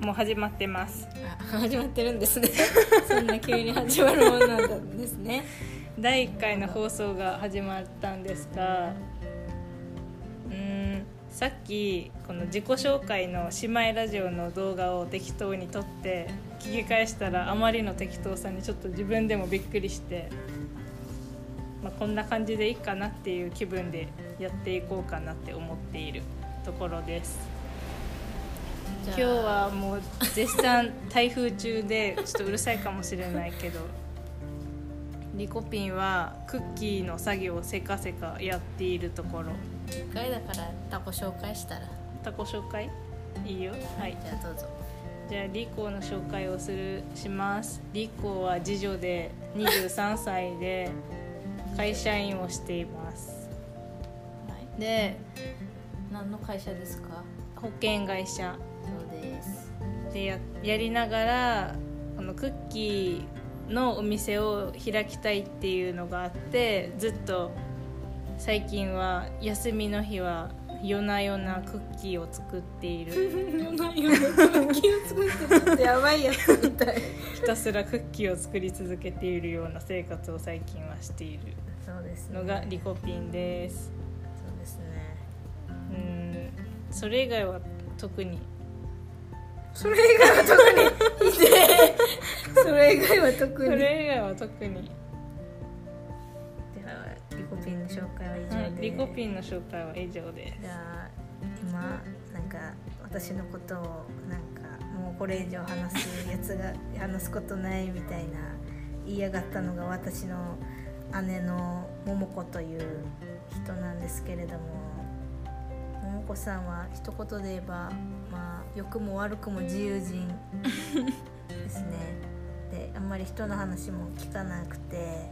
もう始まってますあ始まってるんですね そんな急に始まるものなんですね第1回の放送が始まったんですがうーんさっきこの自己紹介の姉妹ラジオの動画を適当に撮って聞き返したらあまりの適当さにちょっと自分でもびっくりして、まあ、こんな感じでいいかなっていう気分でやっていこうかなって思っているところです。じゃ今あ日はもう絶賛台風中でちょっとうるさいかもしれないけどリコピンはクッキーの作業をせかせかやっているところ1回だからタコ紹介したらタコ紹介いいよはいじゃあどうぞじゃあリコの紹介をするしますリコは次女で23歳で会社員をしていますはいで何の会社ですか保険会社そうですでややりながらこのクッキーのお店を開きたいっていうのがあってずっと最近は休みの日は夜な夜なクッキーを作っている 何を作ってるってやばいやつみたいひたすらクッキーを作り続けているような生活を最近はしているそうですねのがリコピンですそうですねうんそれ以外は特にそれ以外は特 にそれ以外は特それ以外は特に、ではリコピンの紹介は以上はで、い、リコピンの紹介は以上ですじゃあ今なんか私のことをなんかもうこれ以上話すやつが話すことないみたいな言いやがったのが私の姉の桃子という人なんですけれども桃子さんは一言で言えばまあ良くも悪くも自由人ですねであんまり人の話も聞かなくて。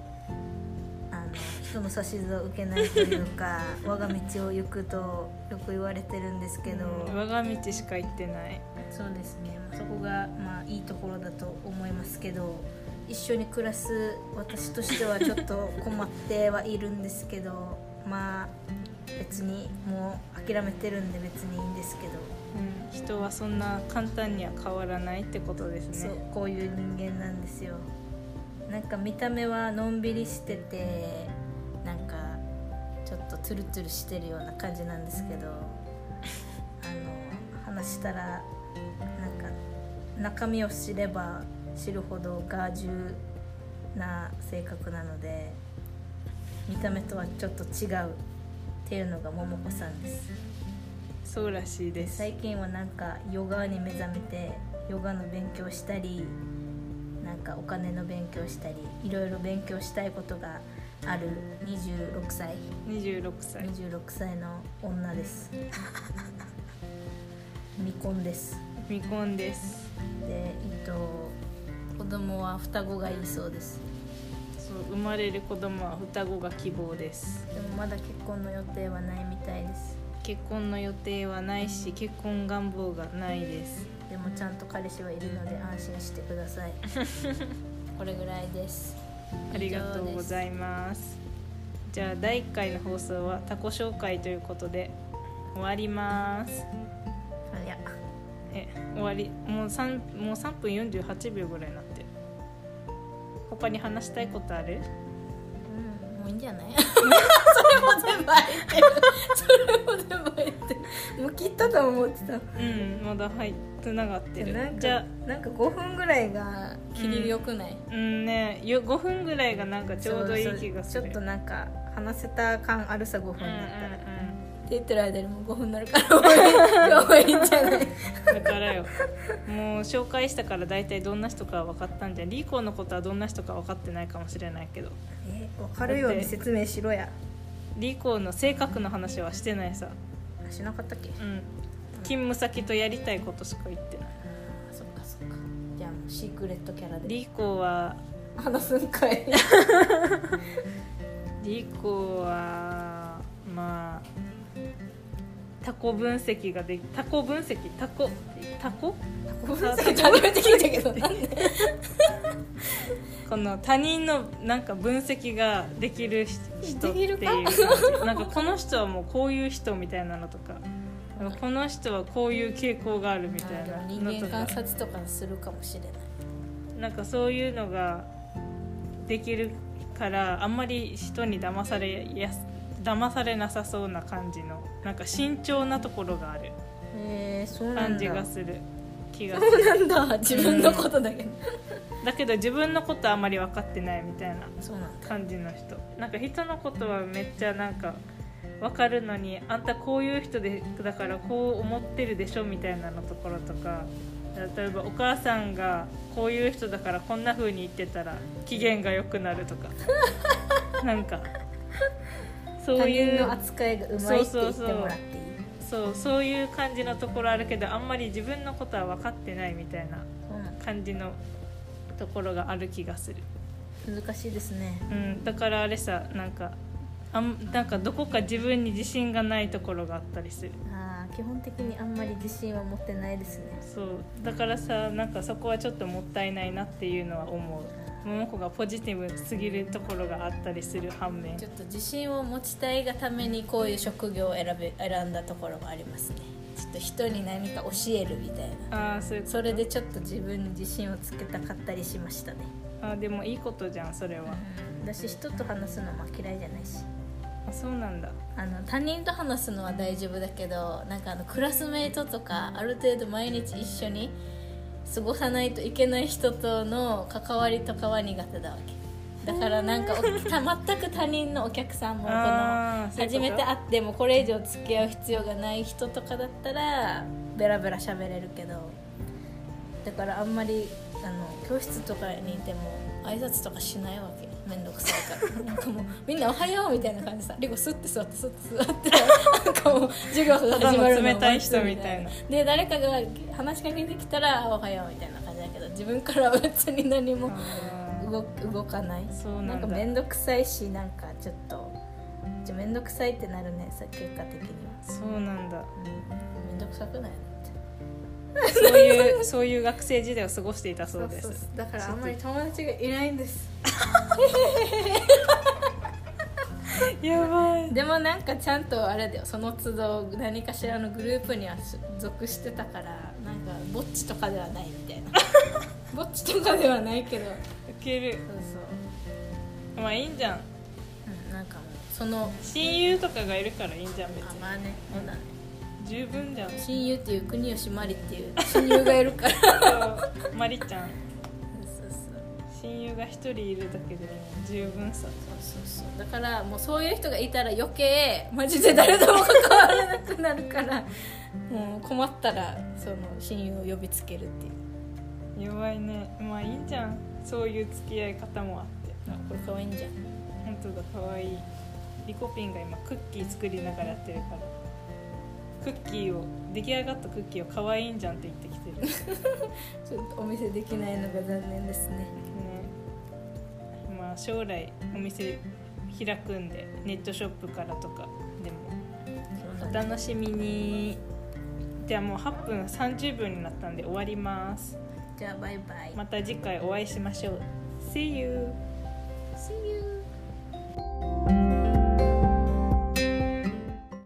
あの人の指図を受けないという か我が道を行くとよく言われてるんですけど、うん我が道しか行ってないそうですね、まあ、そこがまあいいところだと思いますけど一緒に暮らす私としてはちょっと困ってはいるんですけどまあ別にもう諦めてるんで別にいいんですけど、うん人はそんな簡単には変わらないってことですそうねこういう人間なんですよなんか見た目はのんびりしててなんかちょっとツルツルしてるような感じなんですけどあの話したらなんか中身を知れば知るほどガージュな性格なので見た目とはちょっと違うっていうのが桃子さんですそうらしいです最近はなんかヨガに目覚めてヨガの勉強したりなんかお金の勉強したりいろいろ勉強したいことがある26歳26歳26歳の女です 未婚です未婚ですでえっと子供は双子がいいそうですそう生まれる子供は双子が希望ですでもまだ結婚の予定はないみたいです結婚の予定はないし結婚願望がないですでもちゃんと彼氏はいるので安心してくだ さいこれぐらいですありがとうございますじゃあ第1回の放送はタコ紹介ということで終わりますあいやえ終わりもう 3, もう3分48秒ぐらいになってる他に話したいことあるうんもういいんじゃない それも全部入ってるそれも全部入ってるもう切ったと思ってたうんまだ入ってながってるなんかじゃなんか5分ぐらいが切りよくない、あうんねよ5分ぐらいがなんかちょうどいい気がするそうそうちょっとなんか話せた感あるさ5分うだんっうたら、ってん言ってる間にもう5分になるから もういいもういいんじゃないうん、だからよもう紹介したから大体どんな人かは分かったんじゃんリーコのことはどんな人か分かってないかもしれないけどえ分かるように説明しろやリーコの性格の話はしてないさあしなかったっけうん勤務先とやりたいことしか言ってないあそっかそっかじゃあもうシークレットキャラでリーコは話すん かいリコはまあタコ分析ができタコ分析タコタコ 初めて聞いたけどなんでこの他人のなんか分析ができる人ってできいるうか感じなんかこの人はもうこういう人みたいなのとかこの人はこういう傾向があるみたあいでなのもと人か間観察とかするかもしれないなんかそういうのができるからあんまり人に騙されやす騙されなさそうな感じのなんか慎重なところがあるへえそうな感んだじがする気がすそるうなんだ自分のことだけど、だけど自分のことあんまり分かってないみたいなそうなんだ感じの人なんか人のことはめっちゃなんか分かるのにあんたこういう人でだからこう思ってるでしょみたいなのところとか例えばお母さんがこういう人だからこんな風に言ってたら機嫌が良くなると かなんかそう他い人うの扱いがうまいって言ってもらっていいそうそういう感じのところあるけどあんまり自分のことは分かってないみたいなそうなんだ感じのところがある気がする。難しいですねうん、だからあれさなんかあんなんかどこか自分に自信がないところがあったりするあー基本的にあんまり自信は持ってないですねそうだからさなんかそこはちょっともったいないなっていうのは思う桃子がポジティブすぎるところがあったりする反面ちょっと自信を持ちたいがためにこういう職業を選べ選んだところもありますねちょっと人に何か教えるみたいなああそういうことそれでちょっと自分に自信をつけたかったりしましたねあーでもいいことじゃんそれは私人と話すのも嫌いじゃないしあそうなんだあの他人と話すのは大丈夫だけどなんかあのクラスメイトとかある程度毎日一緒に過ごさないといけない人との関わりとかは苦手だわけだからなんかおた全く他人のお客さんもこのあーそういうこ初とめて会ってもこれ以上付き合う必要がない人とかだったらベラベラ喋れるけどだからあんまりあの教室とかにいても挨拶とかしないわけ面倒くさい からなんかもうみんな「おはよう」みたいな感じでさリコスッて座ってスッて座 ってなんかもう授業が始まるのをただの冷たい人みたいなで誰かが話しかけてきたら「おはよう」みたいな感じだけど自分からは別に何もあー動動かないそうなんだか面倒くさいしなんかちょっとじゃ面倒くさいってなるねさ結果的にはそうなんだ面倒くさくないってそう いうそういう学生時代を過ごしていたそうですだからあんまり友達がいないんですやばいでもなんかちゃんとあれだよその都度何かしらのグループには属してたからなんかぼっちとかではないみ たいなぼっちとかではないけどそうウケるそう、まあいいんじゃんうん、なんかもうその親友とかがいるからいいんじゃん別あにまあねそうだね十分じゃん親友っていう国吉まりっていう親友がいるから そうそうマリちゃんそう親友が一人いるだけでも十分さそうそうそうだからもうそういう人がいたら余計マジで誰とも関わらなくなるからもう困ったらその親友を呼びつけるっていう弱いねまあいいんじゃんそういう付き合い方もあってあこれ可愛いんじゃん本当だ可愛いいリコピンが今クッキー作りながらやってるからクッキーを出来上がったクッキーを可愛いんじゃんって言ってきてるねちょっとお見せできないのが残念ですねまあ将来お店開くんでネットショップからとかでもお楽しみにじゃあもう8分30分になったんで終わりますじゃあバイバイ、また次回お会いしましょう See you! See you